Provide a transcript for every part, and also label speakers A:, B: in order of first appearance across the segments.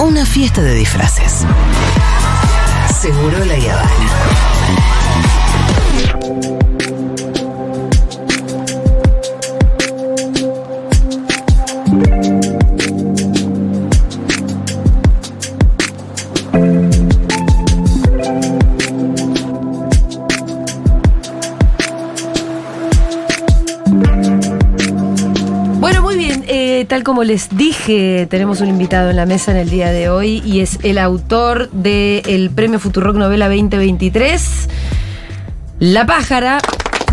A: una fiesta de disfraces. Seguro la Habana.
B: Bueno, muy bien. eh, tal como les dije, tenemos un invitado en la mesa en el día de hoy y es el autor del Premio Futurock Novela 2023, La Pájara,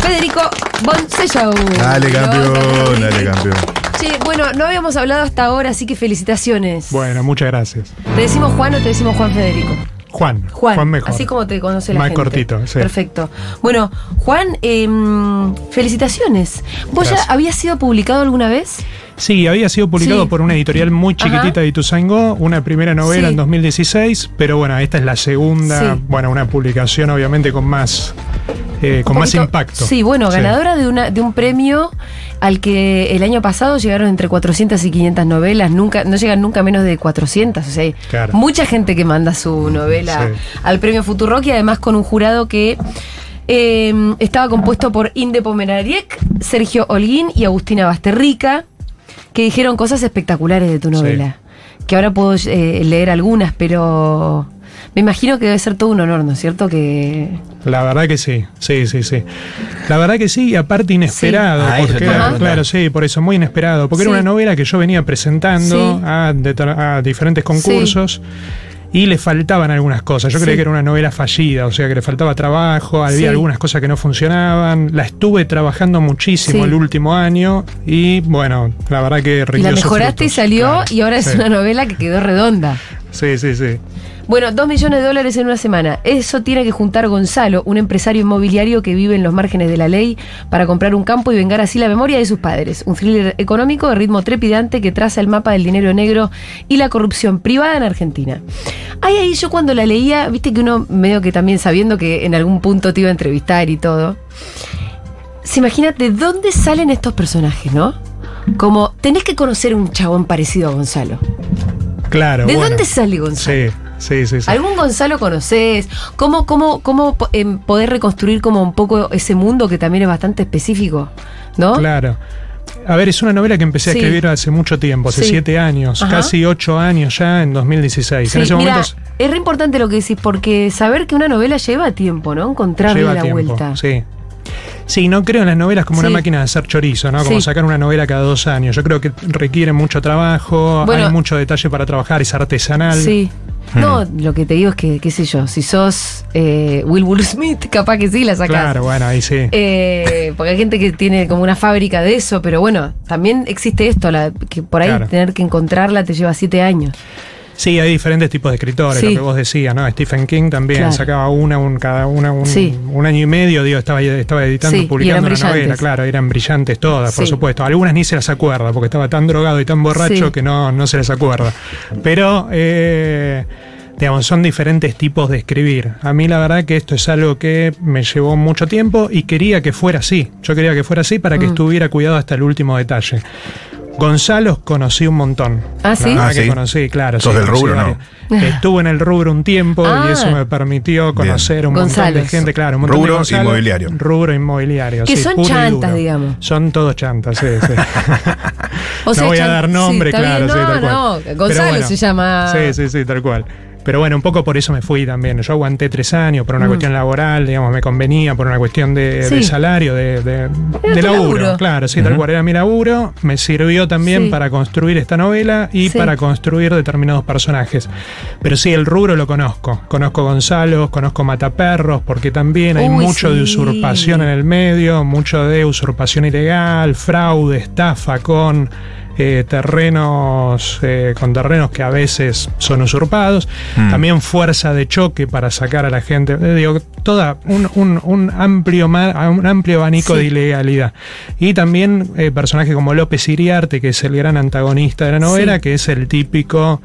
B: Federico Bonsellau.
C: Dale campeón,
B: Hola,
C: dale campeón.
B: Che, bueno, no habíamos hablado hasta ahora, así que felicitaciones.
D: Bueno, muchas gracias.
B: ¿Te decimos Juan o te decimos Juan Federico?
D: Juan.
B: Juan,
D: mejor.
B: así como te conoce la
D: Más
B: gente.
D: cortito, sí.
B: Perfecto. Bueno, Juan, em, felicitaciones. ¿Vos
D: Gracias.
B: ya habías sido publicado alguna vez?
D: Sí, había sido publicado
B: Sí.
D: por una editorial muy chiquitita
B: Ajá.
D: de Ituzaingó, una primera novela
B: Sí.
D: en 2016, pero bueno, esta es la segunda,
B: Sí.
D: bueno, una publicación obviamente con más eh, con
B: Un
D: más
B: poquito-
D: impacto.
B: Sí, bueno, ganadora De, una, de un premio al que el año pasado llegaron entre 400 y 500 novelas, nunca no llegan nunca menos de 400, o sea, hay
D: Claro.
B: mucha gente que manda su novela
D: Sí.
B: al premio Futurock y además con un jurado que eh, estaba compuesto por Inde Pomerariec, Sergio Holguín y Agustina Basterrica, que dijeron cosas espectaculares de tu novela, que ahora puedo eh, leer algunas, pero me imagino que debe ser todo un honor, ¿no es cierto? Que
D: La verdad que sí, sí, sí, sí. La verdad que sí, y aparte inesperado.
C: Ah, eso
D: porque
C: te iba a
D: era-
C: preguntar.
D: claro, sí, por eso, muy inesperado. Porque
B: Sí.
D: era una novela que yo venía presentando
B: Sí.
D: a, deter- a diferentes concursos. Y le faltaban algunas cosas. Yo creía
B: Sí.
D: que era una novela fallida, o sea que le faltaba trabajo, había
B: Sí.
D: algunas cosas que no funcionaban. La estuve trabajando muchísimo
B: Sí.
D: el último año y bueno, la verdad que
B: Y
D: rindió
B: la
D: sus
B: mejoraste y
D: frutos.
B: salió
D: Claro,
B: y ahora es
D: sí.
B: una novela que quedó redonda.
D: Sí, sí, sí.
B: Bueno, dos millones de dólares en una semana. Eso tiene que juntar Gonzalo, un empresario inmobiliario que vive en los márgenes de la ley, para comprar un campo y vengar así la memoria de sus padres. Un thriller económico de ritmo trepidante que traza el mapa del dinero negro y la corrupción privada en Argentina. Ahí ahí yo cuando la leía, viste que uno medio que también sabiendo que en algún punto te iba a entrevistar y todo. Se imagina de dónde salen estos personajes, ¿no? Como tenés que conocer un chabón parecido a Gonzalo.
D: Claro.
B: ¿De
D: bueno.
B: dónde sale Gonzalo?
D: Sí, sí, sí. sí.
B: ¿Algún Gonzalo conoces? ¿Cómo, cómo, cómo po- em, poder reconstruir como un poco ese mundo que también es bastante específico? ¿No?
D: Claro. A ver, es una novela que empecé
B: ¿Oh? Sí.
D: a escribir hace mucho tiempo, hace
B: Sí.
D: siete años,
B: Ajá.
D: casi ocho años ya, en 2016.
B: Sí,
D: en ese
B: mirá,
D: momento s-
B: es re importante lo que decís, porque saber que una novela lleva tiempo, ¿no? Encontrarle
D: lleva
B: la
D: tiempo.
B: vuelta.
D: Sí. Sí, no creo en las novelas como
B: Sí.
D: una máquina de hacer chorizo, ¿no? Como
B: Sí.
D: sacar una novela cada dos años. Yo creo que requiere mucho trabajo,
B: Bueno.
D: hay mucho detalle para trabajar, es artesanal.
B: Sí. No, lo que te digo es que, qué sé yo, si sos eh, Wilbur Smith, capaz que sí la sacás.
D: Claro, bueno, ahí sí.
B: Eh, porque hay gente que tiene como una fábrica de eso, pero bueno, también existe esto, la, que por ahí
D: Claro.
B: tener que encontrarla te lleva siete años.
D: Sí, hay diferentes tipos de escritores,
B: Sí.
D: lo que vos decías, ¿no? Stephen King también
B: Claro.
D: sacaba una, un, cada una, un,
B: Sí.
D: un año y medio, digo, estaba, estaba editando,
B: Sí, y
D: publicando
B: eran
D: una novela,
B: brillantes.
D: claro, eran brillantes todas, por
B: Sí.
D: supuesto. Algunas ni se las acuerda, porque estaba tan drogado y tan borracho
B: Sí.
D: que no, no se las acuerda. Pero, eh, digamos, son diferentes tipos de escribir. A mí la verdad que esto es algo que me llevó mucho tiempo y quería que fuera así. Yo quería que fuera así
B: Mm.
D: para que estuviera cuidado hasta el último detalle. Gonzalo conocí un montón.
B: Ah, ¿sí?
D: La verdad
C: Ah,
D: que
C: ¿sí?
D: conocí, claro.
C: ¿Sos
D: sí,
C: del
D: conocí
C: rubro o no?
D: varios. Estuve en el rubro un tiempo
B: Ah.
D: y eso me permitió conocer un montón
B: Gonzalos.
D: de gente, claro. Un montón de
C: Rubro
D: Gonzalo.
C: inmobiliario.
D: Rubro inmobiliario.
B: Que
D: sí,
B: son
D: puro y
B: chantas,
D: duro.
B: digamos.
D: Son todos chantas, sí, sí.
B: O sea,
D: no voy
B: chan-
D: a dar nombre,
B: sí, está
D: claro,
B: bien,
D: sí,
B: no,
D: tal cual.
B: no,
D: Pero
B: Gonzalo
D: bueno,
B: se llama.
D: Sí, sí, sí, tal cual. Pero bueno, un poco por eso me fui también. Yo aguanté tres años por una cuestión laboral, digamos, me convenía por una cuestión de,
B: Mm. Sí.
D: de salario, de, de,
B: Era
D: de
B: tu
D: laburo.
B: laburo.
D: Claro, sí, tal cual era mi laburo. Me sirvió también
B: Sí.
D: para construir esta novela y
B: Sí.
D: para construir determinados personajes. Pero sí, el rubro lo conozco. Conozco Gonzalo, conozco Mataperros, porque también hay
B: Uy,
D: mucho de
B: sí.
D: usurpación en el medio, mucho de usurpación ilegal, fraude, estafa con eh, terrenos, eh, con terrenos que a veces son usurpados,
C: Mm.
D: también fuerza de choque para sacar a la gente, Eh, digo, toda un, un- un amplio ma- un amplio abanico
B: Sí.
D: de ilegalidad. Y también eh, personajes como López Iriarte, que es el gran antagonista de la novela,
B: Sí.
D: que es el típico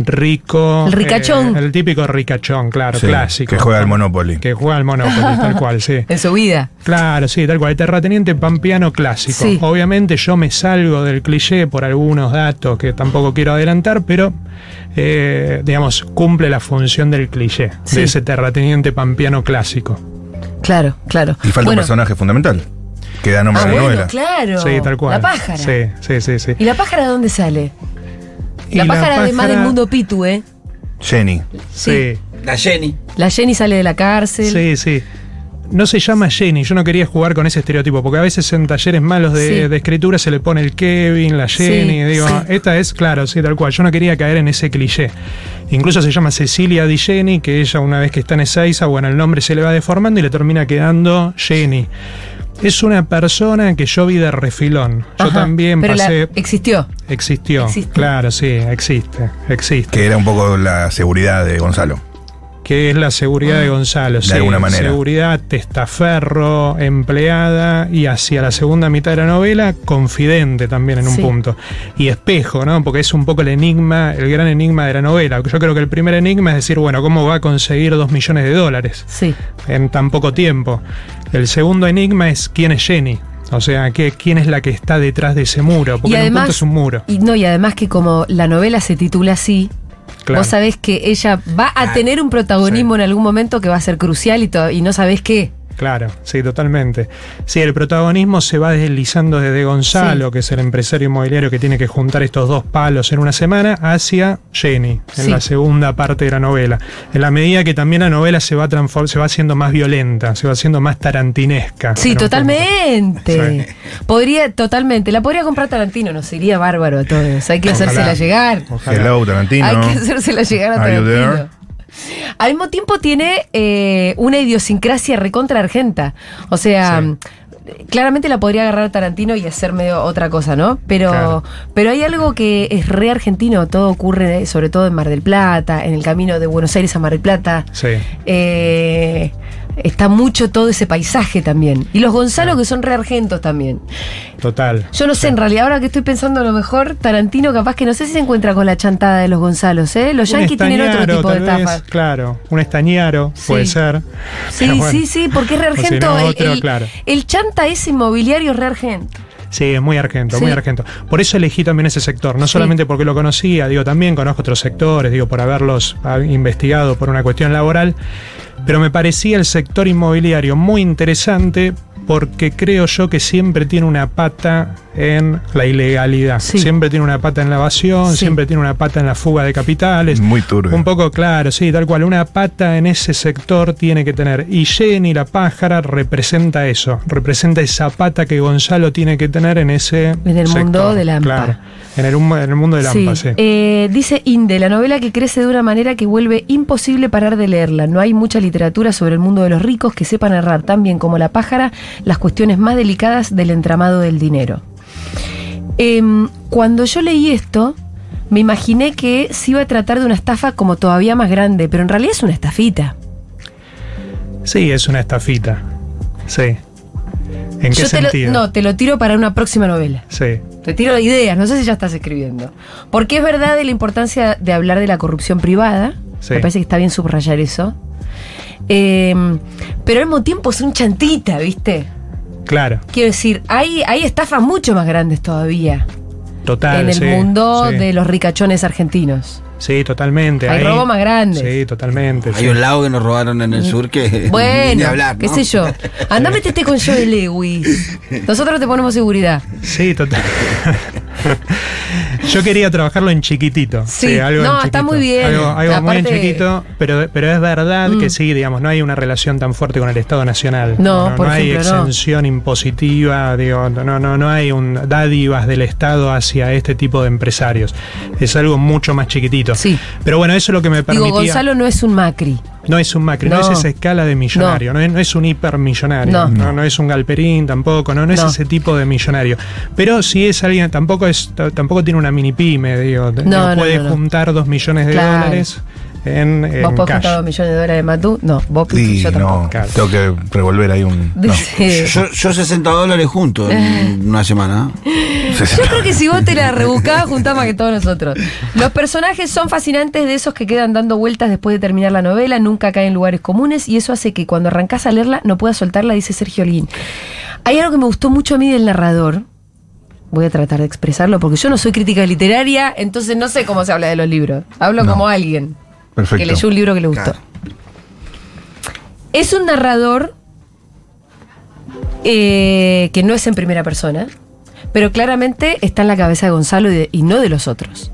D: rico
B: El ricachón.
D: eh, el típico ricachón claro
C: Sí,
D: clásico
C: que juega al Monopoly.
D: que juega al Monopoly tal cual sí
B: En su vida.
D: Claro, sí, tal cual. El terrateniente pampeano clásico.
B: Sí.
D: Obviamente yo me salgo del cliché por algunos datos que tampoco quiero adelantar, pero eh, digamos, cumple la función del cliché,
B: Sí.
D: de ese terrateniente pampeano clásico.
B: Claro, claro.
C: Y falta
B: Bueno.
C: un personaje fundamental que da nombre
B: Ah,
C: a la
B: bueno,
C: novela.
B: claro.
D: Sí, tal cual.
B: La pájara.
D: Sí, sí, sí. sí.
B: ¿Y la pájara de dónde sale?
D: Y
B: La pájara, además del
D: pájara-
B: mundo Pitu, ¿eh?
C: Jenny.
D: Sí,
E: La Jenny.
B: La Jenny sale de la cárcel.
D: sí, sí. No se llama Jenny, yo no quería jugar con ese estereotipo, porque a veces en talleres malos de,
B: Sí.
D: de escritura se le pone el Kevin, la Jenny,
B: Sí,
D: digo,
B: sí.
D: esta es, claro, sí, tal cual, yo no quería caer en ese cliché. Incluso se llama Cecilia Di Jenny, que ella una vez que está en Ezeiza, bueno, el nombre se le va deformando y le termina quedando Jenny. Es una persona que yo vi de refilón, yo
B: Ajá.
D: también
B: Pero la-
D: pasé...
B: existió.
D: Existió,
B: Existe.
D: claro, sí, existe, existe.
C: Que era un poco la seguridad de Gonzalo.
D: que es la seguridad de Gonzalo.
C: Ah. De alguna manera.
D: Seguridad, testaferro, empleada y hacia la segunda mitad de la novela, confidente también en un
B: Sí.
D: punto. Y espejo, ¿no? Porque es un poco el enigma, el gran enigma de la novela. Yo creo que el primer enigma es decir, bueno, ¿cómo va a conseguir dos millones de dólares?
B: Sí.
D: en tan poco tiempo. El segundo enigma es quién es Jenny. O sea, ¿qué- quién es la que está detrás de ese muro. Porque
B: y
D: en un
B: además,
D: punto es un muro.
B: Y no, y además que como la novela se titula así,
D: Claro.
B: vos sabés que ella va a tener un protagonismo en algún momento que va a ser crucial y, to- y no sabés qué.
D: Claro, sí, totalmente. Sí, el protagonismo se va deslizando desde Gonzalo, que es el empresario inmobiliario que tiene que juntar estos dos palos en una semana, hacia Jenny, en
B: Sí.
D: la segunda parte de la novela. En la medida que también la novela se va, transfor- se va haciendo más violenta, se va haciendo más tarantinesca.
B: Sí,
D: en un
B: totalmente. Podría, totalmente. La podría comprar Tarantino, nos iría bárbaro a todos. Hay que
D: Ojalá.
B: hacérsela llegar.
D: punto. Ojalá.
C: Hello, Tarantino.
B: Hay que hacérsela llegar a
C: Are you
B: Tarantino. Al mismo tiempo tiene eh, una idiosincrasia recontra argenta. O sea, claramente la podría agarrar Tarantino y hacer medio otra cosa, ¿no? Pero,
D: Claro.
B: pero hay algo que es re argentino. Todo ocurre, eh, sobre todo en Mar del Plata, en el camino de Buenos Aires a Mar del Plata.
D: Sí.
B: Eh, está mucho todo ese paisaje también. Y los Gonzalo que son re argentos también.
D: Total.
B: Yo no sé, en realidad, ahora que estoy pensando a lo mejor, Tarantino capaz que no sé si se encuentra con la chantada de los Gonzalos, ¿eh? Los
D: Un
B: yanquis tienen otro
D: estañaro,
B: tipo de
D: tal vez,
B: estafa.
D: Claro, un estañaro
B: Sí.
D: puede ser.
B: Sí,
D: Pero bueno.
B: sí, sí, porque es re
D: O si
B: argento.
D: no,
B: el-
D: otro,
B: el,
D: claro.
B: el chanta ese inmobiliario es re argento.
D: Sí, es muy argento,
B: Sí.
D: muy argento. Por eso elegí también ese sector, no
B: Sí.
D: solamente porque lo conocía, digo, también conozco otros sectores, digo, por haberlos ah, investigado por una cuestión laboral, pero me parecía el sector inmobiliario muy interesante porque creo yo que siempre tiene una pata en la ilegalidad,
B: Sí.
D: siempre tiene una pata en la evasión,
B: Sí.
D: siempre tiene una pata en la fuga de capitales.
C: Muy turbio.
D: Un poco claro, sí, tal cual. Una pata en ese sector tiene que tener. Y Jenny, la pájara, representa eso. Representa esa pata que Gonzalo tiene que tener en ese.
B: En el mundo de la AMPA.
D: Claro. En el, hum- en el mundo de la AMPA, sí.
B: Eh, dice Inde, la novela que crece de una manera que vuelve imposible parar de leerla. No hay mucha literatura sobre el mundo de los ricos que sepa narrar tan bien como la pájara las cuestiones más delicadas del entramado del dinero. Em, cuando yo leí esto, me imaginé que se iba a tratar de una estafa como todavía más grande, pero en realidad es una estafita.
D: Sí, es una estafita. Sí. ¿En qué
B: Yo te lo-
D: sentido?
B: no, te lo tiro para una próxima novela.
D: Sí.
B: Te tiro ideas, no sé si ya estás escribiendo. Porque es verdad de la importancia de hablar de la corrupción privada.
D: Sí.
B: Me parece que está bien subrayar eso. Eh, pero al mismo tiempo es un chantita, ¿viste?
D: Claro.
B: Quiero decir, hay, hay estafas mucho más grandes todavía
D: Total.
B: en el
D: sí,
B: mundo
D: sí.
B: de los ricachones argentinos.
D: Sí, totalmente.
B: Hay
D: ahí-
B: robo más grandes.
D: Sí, totalmente. sí.
E: Hay un lado que nos robaron en el sur que. ni
B: Bueno,
E: hablar, ¿no?
B: qué sé yo. Andá, metete con Joe Lewis. Nosotros te ponemos seguridad.
D: Sí, total. Yo quería trabajarlo en chiquitito. eh,
B: Sí,
D: algo
B: no,
D: en
B: está muy bien.
D: Algo, algo muy en
B: Aparte-
D: chiquito, pero, pero es verdad que sí, digamos, no hay una relación tan fuerte con el Estado Nacional.
B: Mm. No, por
D: hay
B: ejemplo, no.
D: exención impositiva, digo, no, no, no hay un dádivas del Estado hacia este tipo de empresarios. Es algo mucho más chiquitito.
B: Sí.
D: Pero bueno, eso es lo que me permitía.
B: Digo, Gonzalo no es un Macri.
D: No es un Macri, no,
B: No.
D: es esa escala de millonario, no, es, no es un hipermillonario,
B: No.
D: no. No, es un galperín tampoco, no, no es
B: No.
D: ese tipo de millonario. Pero si es alguien, tampoco es, t- tampoco tiene una mini pyme, digo, t-
B: No, no,
D: puede
B: no, no.
D: juntar dos millones de
B: Claro.
D: dólares en, en
B: ¿Vos podés
D: cash.
B: juntar dos millones de dólares de Matú? No, vos
C: Sí,
B: yo tampoco.
C: no. Tengo que revolver ahí un. No.
B: Dice-
E: Yo, yo 60 dólares juntos en una semana.
B: Yo creo que si vos te la rebuscabas, juntás más que todos nosotros. Los personajes son fascinantes de esos que quedan dando vueltas después de terminar la novela, nunca caen en lugares comunes y eso hace que cuando arrancás a leerla no puedas soltarla, dice Sergio Olguín. Hay algo que me gustó mucho a mí del narrador, voy a tratar de expresarlo porque yo no soy crítica literaria, entonces no sé cómo se habla de los libros. Hablo
C: No.
B: como alguien
C: Perfecto.
B: que leyó un libro que le gustó.
E: Claro.
B: Es un narrador eh, que no es en primera persona, pero claramente está en la cabeza de Gonzalo y, de- y no de los otros,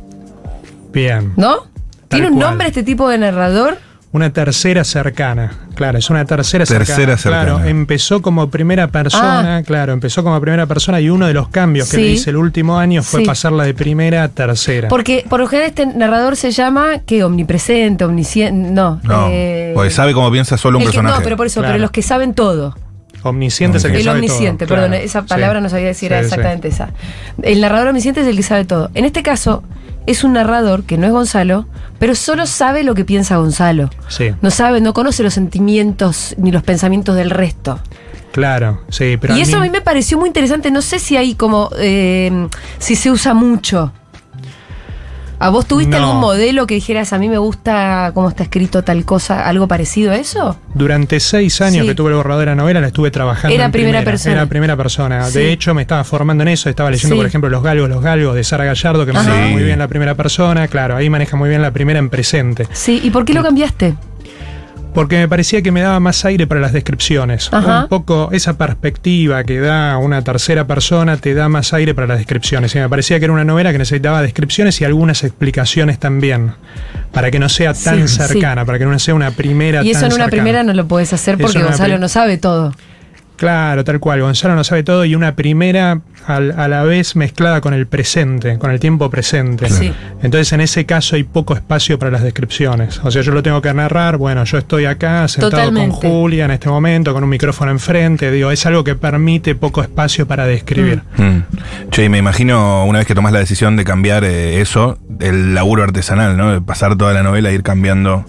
D: Bien.
B: ¿no? ¿Tiene un
D: cual.
B: nombre este tipo de narrador?
D: Una tercera cercana, claro, es una tercera,
C: Tercera cercana.
D: Claro, empezó como primera persona, claro, empezó como primera persona y uno de los cambios que
B: Ah. Sí.
D: le hice el último año fue
B: Sí.
D: pasarla de primera a tercera.
B: Porque por lo general este narrador se llama, ¿qué? Omnipresente, omnisciente, no.
C: No,
B: eh,
C: porque sabe cómo piensa solo un
B: el que-
C: personaje.
B: no, pero por eso,
D: Claro.
B: pero los que saben todo.
D: Omnisciente es el que
B: El
D: sabe todo,
B: omnisciente,
D: claro.
B: perdón, esa palabra
D: Sí.
B: no sabía decir
D: Sí,
B: era
D: sí.
B: exactamente esa. El narrador omnisciente es el que sabe todo. En este caso, es un narrador que no es Gonzalo, pero solo sabe lo que piensa Gonzalo.
D: Sí.
B: No sabe, no conoce los sentimientos ni los pensamientos del resto.
D: Claro, sí, pero
B: y
D: al
B: eso a mí
D: mismo-
B: me pareció muy interesante. No sé si hay como. eh, si se usa mucho. ¿A vos tuviste
D: No.
B: algún modelo que dijeras a mí me gusta cómo está escrito tal cosa, algo parecido a eso?
D: Durante seis años
B: Sí.
D: que tuve el borrador de la novela, la estuve trabajando.
B: Era
D: en
B: primera persona.
D: Era primera persona.
B: Sí.
D: De hecho, me estaba formando en eso. Estaba leyendo,
B: Sí.
D: por ejemplo, Los Galgos, Los Galgos de Sara Gallardo, que
B: Ajá.
D: maneja
C: Sí.
D: muy bien la primera persona. Claro, ahí maneja muy bien la primera en presente.
B: Sí, ¿y por qué lo cambiaste?
D: Porque me parecía que me daba más aire para las descripciones.
B: Ajá.
D: Un poco esa perspectiva que da una tercera persona te da más aire para las descripciones. Y me parecía que era una novela que necesitaba descripciones y algunas explicaciones también. Para que no sea tan
B: Sí, sí.
D: cercana, para que no sea una primera
B: Y eso
D: tan
B: en una
D: cercana.
B: primera no lo podés hacer
D: Eso
B: porque
D: en una
B: Gonzalo
D: pri-
B: no sabe todo.
D: Claro, tal cual. Gonzalo no sabe todo y una primera al- a la vez mezclada con el presente, con el tiempo presente.
B: Sí.
D: Entonces en ese caso hay poco espacio para las descripciones. O sea, yo lo tengo que narrar, bueno, yo estoy acá sentado
B: Totalmente.
D: con Julia en este momento, con un micrófono enfrente, digo, es algo que permite poco espacio para describir.
C: Mm. Che, y me imagino una vez que tomás la decisión de cambiar eh, eso, el laburo artesanal, ¿no? De pasar toda la novela e ir cambiando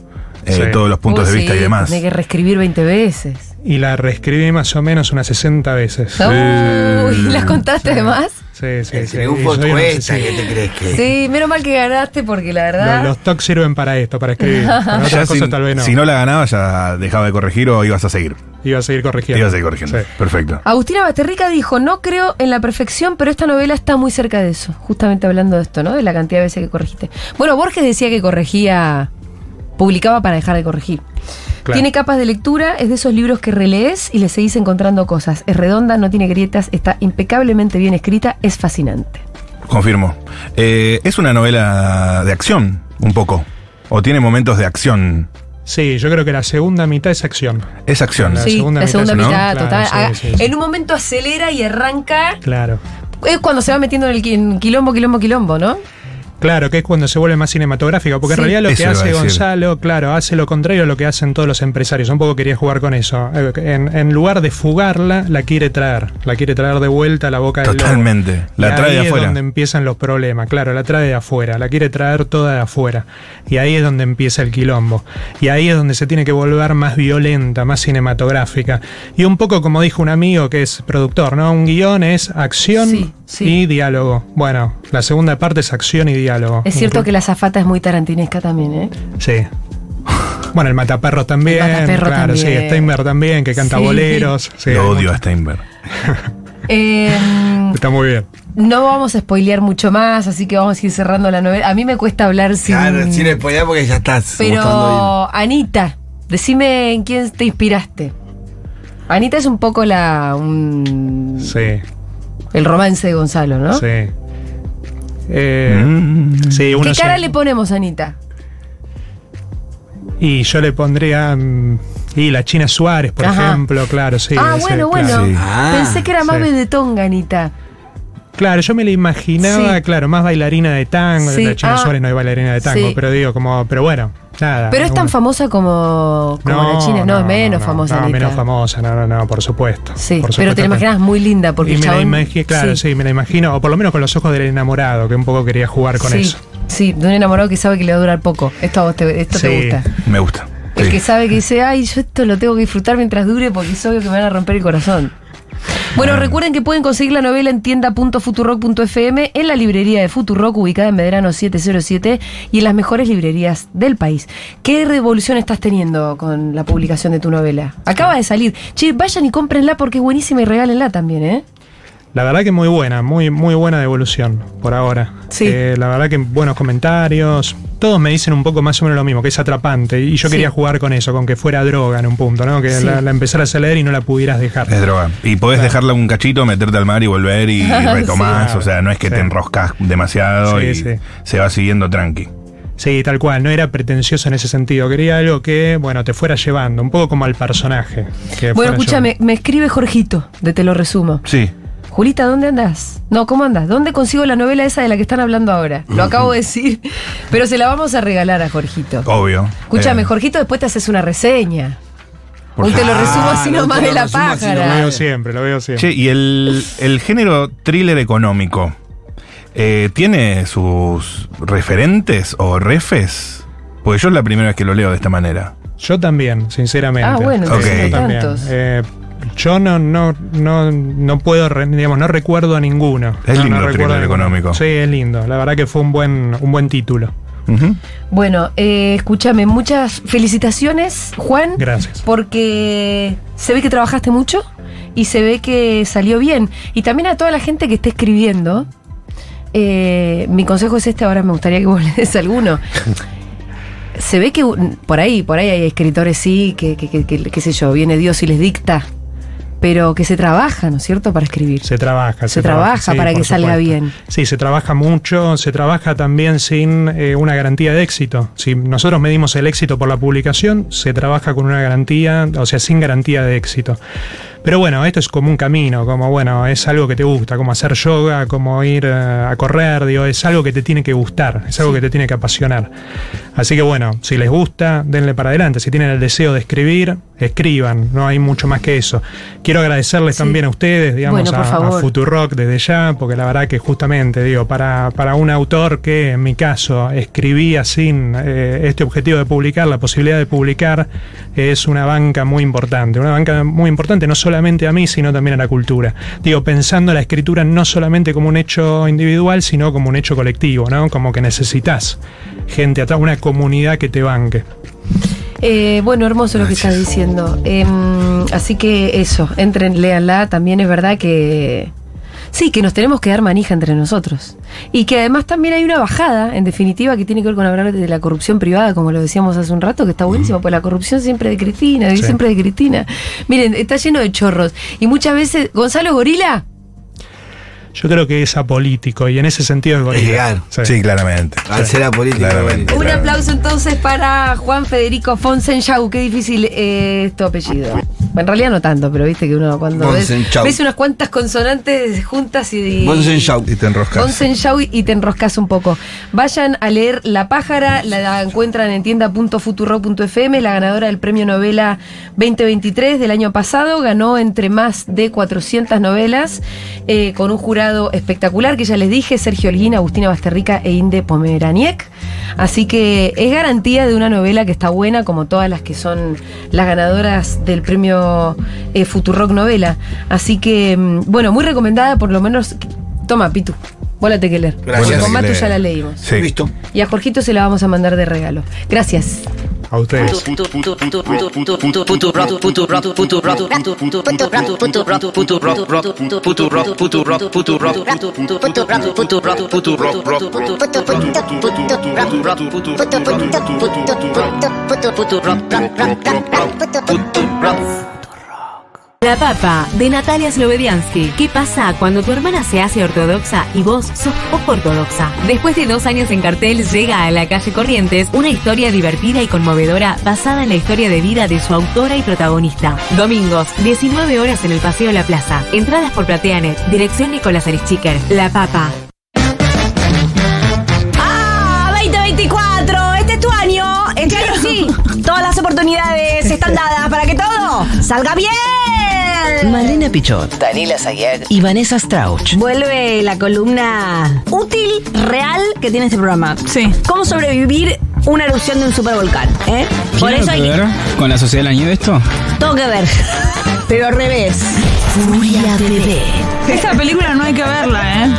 C: eh,
D: Sí.
C: todos los puntos
B: Uy,
C: de vista
B: sí,
C: y demás.
B: Tiene que reescribir 20 veces.
D: Y la reescribí más o menos unas 60 veces.
B: Uy, ¿las contaste de más?
D: Sí, sí,
C: Eh,
E: El
D: sí. Y
E: triunfo
D: soy un
E: Este, cuesta,
D: obsesivo.
E: ¿qué te crees que?
B: Sí, menos mal que ganaste porque la
D: Los,
B: verdad.
D: los tocs sirven para esto, para escribir. Para
C: Ya
D: otras
C: si,
D: cosas tal vez no.
C: si no la ganabas, ya dejaba de corregir o ibas a seguir.
D: Iba a seguir corrigiendo.
C: Ibas a seguir corrigiendo.
D: Sí.
C: Perfecto.
B: Agustina Basterrica dijo, no creo en la perfección, pero esta novela está muy cerca de eso. Justamente hablando de esto, ¿no? De la cantidad de veces que corregiste. Bueno, Borges decía que corregía, publicaba para dejar de corregir.
D: Claro.
B: Tiene capas de lectura, es de esos libros que relees y le seguís encontrando cosas. Es redonda, no tiene grietas, está impecablemente bien escrita, es fascinante.
C: Confirmo. Eh, es una novela de acción, un poco. O tiene momentos de acción.
D: Sí, yo creo que la segunda mitad es acción.
C: Es acción.
D: La
B: sí,
D: segunda
B: la
D: mitad
B: segunda
D: es- ¿no?
B: mitad,
D: Claro,
B: total.
D: sí,
B: Haga-
D: sí, sí.
B: En un momento acelera y arranca.
D: Claro.
B: Es cuando se va metiendo en el qui- en quilombo, quilombo, quilombo, ¿no?
D: Claro, que es cuando se vuelve más cinematográfico, porque
B: Sí.
D: en realidad lo
C: Eso
D: que
C: iba a
D: hace
C: decir.
D: Gonzalo, claro, hace lo contrario a lo que hacen todos los empresarios. Un poco quería jugar con eso. Eh, En, en lugar de fugarla, la quiere traer. La quiere traer de vuelta a la boca del lobo.
C: Totalmente. La
D: Y
C: trae de
D: ahí
C: afuera.
D: es donde empiezan los problemas. Claro, la trae de afuera. La quiere traer toda de afuera. Y ahí es donde empieza el quilombo. Y ahí es donde se tiene que volver más violenta, más cinematográfica. Y un poco como dijo un amigo que es productor, ¿no? Un guión es acción
B: Sí, sí.
D: y diálogo. Bueno, la segunda parte es acción y diálogo.
B: Es cierto que la zafata es muy tarantinesca también, ¿eh?
D: Sí. Bueno, el mataperros también.
B: El Mataperro
D: claro,
B: también.
D: sí. Steinberg también, que canta
B: Sí.
D: boleros. Sí,
C: Lo
D: hay
C: odio a
D: mucho.
C: Steinberg.
B: Eh,
D: Está muy bien.
B: no vamos a spoilear mucho más, así que vamos a ir cerrando la novela. A mí me cuesta hablar sin.
E: Claro, sí le podía porque ya estás mostrando
B: pero, Anita, decime en quién te inspiraste. Anita es un poco la. un-
D: Sí,
B: el romance de Gonzalo, ¿no?
D: sí. Eh,
C: Mm.
D: sí,
B: ¿Qué
D: uno
B: cara
D: se-
B: le ponemos a Anita?
D: Y yo le pondría. mm, y la China Suárez, por
B: Ajá.
D: email, claro, sí.
B: ah,
D: sí,
B: bueno,
D: claro.
B: bueno.
C: Sí.
E: Ah,
B: Pensé que era más
D: sí.
B: vedetonga, Anita.
D: Claro, yo me la imaginaba,
B: Sí.
D: claro, más bailarina de tango.
B: Sí,
D: La China
B: ah,
D: Suárez no es bailarina de tango,
B: sí.
D: pero digo, como, pero Ah, bueno, nada.
B: Pero es tan
D: una-
B: famosa como, como la China. No, es menos
D: no,
B: famosa,
D: No,
B: Anita.
D: menos famosa, no, no, no, por supuesto.
B: Sí,
D: por
B: pero
D: supuesto
B: te
D: que-
B: la imaginas muy linda porque
D: y
B: el
D: me la
B: chabón-
D: imagino, claro, sí. me la imagino, o por lo menos con los ojos del enamorado, que un poco quería jugar con
B: sí,
D: eso.
B: Sí, de un enamorado que sabe que le va a durar poco. Esto a vos te, esto te
D: Sí.
B: gusta.
C: Me gusta.
B: El
C: Sí.
B: que sabe que dice, ay, yo esto lo tengo que disfrutar mientras dure porque es obvio que me van a romper el corazón. Bueno, recuerden que pueden conseguir la novela en tienda.futurock.fm, en la librería de Futurock, ubicada en Medrano 707, y en las mejores librerías del país. ¿Qué revolución estás teniendo con la publicación de tu novela? Acaba de salir. Che, vayan y cómprenla porque es buenísima y regálenla también, ¿eh?
D: La verdad que muy buena, muy, muy buena devolución por ahora.
B: Sí.
D: Eh, la verdad que buenos comentarios. Todos me dicen un poco más o menos lo mismo, que es atrapante. Y yo
B: Sí.
D: quería jugar con eso, con que fuera droga en un punto, ¿no? Que
B: Sí.
D: la, la empezaras a leer y no la pudieras dejar.
C: Es droga. Y podés dejarla un cachito, meterte al mar y volver y retomás.
D: Sí.
C: O sea, no es que te
D: Sí.
C: enroscas demasiado
D: Sí,
C: y
D: sí.
C: se va siguiendo tranqui.
D: Sí, tal cual, no era pretencioso en ese sentido. Quería algo que, bueno, te fuera llevando, un poco como al personaje. que
B: Bueno,
D: fuera
B: escúchame, me escribe Jorgito, de Te lo resumo.
C: Sí.
B: Julita, ¿dónde andás? No, ¿cómo andás? ¿Dónde consigo la novela esa de la que están hablando ahora? Lo acabo de decir, pero se la vamos a regalar a Jorgito.
C: Obvio.
B: Escúchame,
C: Oh, Eh,
B: Jorgito, después te haces una reseña.
C: por
B: Hoy te lo
C: favor.
B: resumo así
E: Ah, no,
B: nomás
E: te lo
B: de la
E: resumo así
D: llevando. Lo
B: pájara.
D: veo siempre, lo veo siempre.
C: Che, y el, el género thriller económico, eh, ¿tiene sus referentes o refes? Porque yo es la primera vez que lo leo de esta manera.
D: Yo también, sinceramente.
B: Ah, bueno,
C: entonces
D: yo
C: hay
D: también.
B: tantos.
D: Eh, yo no, no, no, no puedo, re- digamos, no recuerdo a ninguno.
C: Es
D: No,
C: lindo
D: no
C: el
D: recuerdo
C: thriller
D: a ninguno.
C: económico.
D: Sí, es lindo. La verdad que fue un buen, un buen título.
C: Ujú.
B: Bueno, eh, escúchame, muchas felicitaciones, Juan.
D: Gracias.
B: Porque se ve que trabajaste mucho y se ve que salió bien. Y también a toda la gente que esté escribiendo, eh, mi consejo es este, ahora me gustaría que vos le des alguno. Se ve que un- por ahí, por ahí hay escritores, sí, que, que, que- que- qué sé yo, viene Dios y les dicta, pero que se trabaja, ¿no es cierto?, para escribir.
D: Se trabaja.
B: Se trabaja para
D: por
B: que salga bien.
D: Sí, se trabaja mucho, se trabaja también sin eh, una garantía de éxito. Si nosotros medimos el éxito por la publicación, se trabaja con una garantía, o sea, sin garantía de éxito. Pero bueno, esto es como un camino, como bueno, es algo que te gusta, como hacer yoga, como ir eh, a correr, digo, es algo que te tiene que gustar, es algo que te tiene que apasionar. Así que bueno, si les gusta, denle para adelante. Si tienen el deseo de escribir, escriban, no hay mucho más que eso. Quiero agradecerles
B: Sí.
D: también a ustedes, digamos,
B: Bueno, por
D: a- a,
B: favor.
D: Futurock desde ya, porque la verdad que justamente, digo, para, para un autor que en mi caso escribía sin eh, este objetivo de publicar, la posibilidad de publicar es una banca muy importante, una banca muy importante no solamente a mí, sino también a la cultura. Digo, pensando la escritura no solamente como un hecho individual, sino como un hecho colectivo, ¿no? Como que necesitas gente atrás, una comunidad que te banque.
B: Eh, bueno, hermoso lo que estás diciendo. Em, así que eso, entren, léanla. También es verdad que. Sí, que nos tenemos que dar manija entre nosotros. Y que además también hay una bajada, en definitiva, que tiene que ver con hablar de la corrupción privada, como lo decíamos hace un rato, que está buenísimo, pues la corrupción siempre de Cristina, y
D: Sí.
B: siempre de Cristina. Miren, está lleno de chorros. Y muchas veces, Gonzalo Gorila,
D: Yo creo que es apolítico y en ese sentido es gorila.
E: Legal.
C: Sí. claramente.
E: Al ser apolítico,
C: Claramente.
E: bueno.
B: un
C: Claro.
B: aplauso entonces para Juan Federico Fonsenchau. Qué difícil eh, es tu apellido. En realidad no tanto, pero viste que uno cuando ves,
E: Fonsenchau.
B: ves unas cuantas consonantes juntas y...
E: Bonsenschau.
C: Y te enroscas.
B: Fonsenchau y te enroscas un poco. Vayan a leer La Pájara, la encuentran en tienda.futuro.fm, la ganadora del premio novela 2023 del año pasado, ganó entre más de 400 novelas eh, con un jurado espectacular que ya les dije, Sergio Holguín, Agustina Basterrica e Inde Pomeraniec. Así que es garantía de una novela que está buena, como todas las que son las ganadoras del premio eh, Futurock Novela. Así que, mm, bueno, muy recomendada, por lo menos. Toma, Pitu, vos la tenés que leer.
E: Gracias.
B: Con Matu
C: Leer.
B: ya la leímos.
C: Sí.
E: Listo.
B: Y a Jorgito se la vamos a mandar de regalo. Gracias.
D: A ustedes.
F: La Papa, de Natalia Slovediansky. ¿Qué pasa cuando tu hermana se hace ortodoxa y vos sos poco ortodoxa? Después de dos años en cartel, llega a la calle Corrientes una historia divertida y conmovedora basada en la historia de vida de su autora y protagonista. Domingos, 19 horas en el Paseo La Plaza. Entradas por Plateanet. Dirección Nicolás Arischiker. La Papa.
G: ¡Ah! 2024, este es tu año. Claro que sí. Todas las oportunidades están dadas para que todo salga bien.
A: Malena Pichot, Daniela Sayer y Vanessa Strauch.
G: Vuelve la columna útil, real que tiene este programa.
H: Sí.
G: ¿Cómo sobrevivir una erupción de un supervolcán? ¿eh? Por
H: ¿Tiene que
G: eso hay
H: ver con la sociedad de la nieve esto?
G: todo que ver. Pero al revés.
A: Furia bebé.
H: Esta película no hay que verla, ¿eh?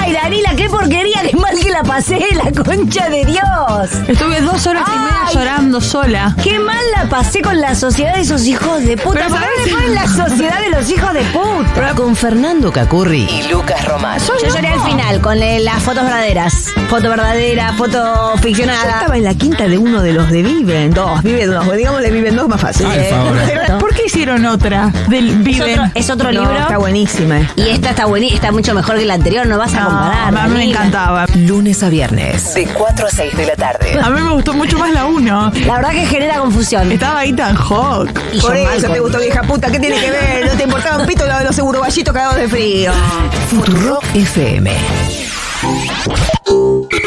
G: Ay, Danila, qué porquería, qué mal que la la pasé, la concha de Dios.
I: Estuve dos horas y media
G: Ay.
I: llorando sola.
G: Qué mal la pasé con la sociedad de esos hijos de puta.
I: Pero
G: ¿Por qué
I: ¿sabes?
G: me ponen la sociedad de los hijos de puta?
A: Con Fernando Cacurri y Lucas Román.
G: Yo lloré al final con eh, las fotos verdaderas. Foto verdadera, foto
J: Yo
G: ficcionada.
J: estaba en la quinta de uno de los de Viven, dos, Viven dos, digámosle Viven dos más fácil.
E: Ah,
H: Alfa ahora.
I: ¿Por qué hicieron otra del
G: Es
I: Viven?
G: otro, es otro
J: No,
G: libro.
J: Está buenísima. eh.
G: Y esta está buenísima, está mucho mejor que la anterior, no vas a
I: No,
G: comparar.
I: a mí me
G: amiga.
I: encantaba.
A: Lunes a viernes. De 4 a 6 de la tarde.
I: A mí me gustó mucho más la uno.
G: La verdad que genera confusión.
I: Estaba ahí tan hawk.
G: Y
J: Por
G: John
J: eso
G: Malkovich.
J: te gustó vieja puta, ¿qué tiene que ver? No te importaba un pito lo de los segurovallitos cagados de frío.
A: Futurock FM.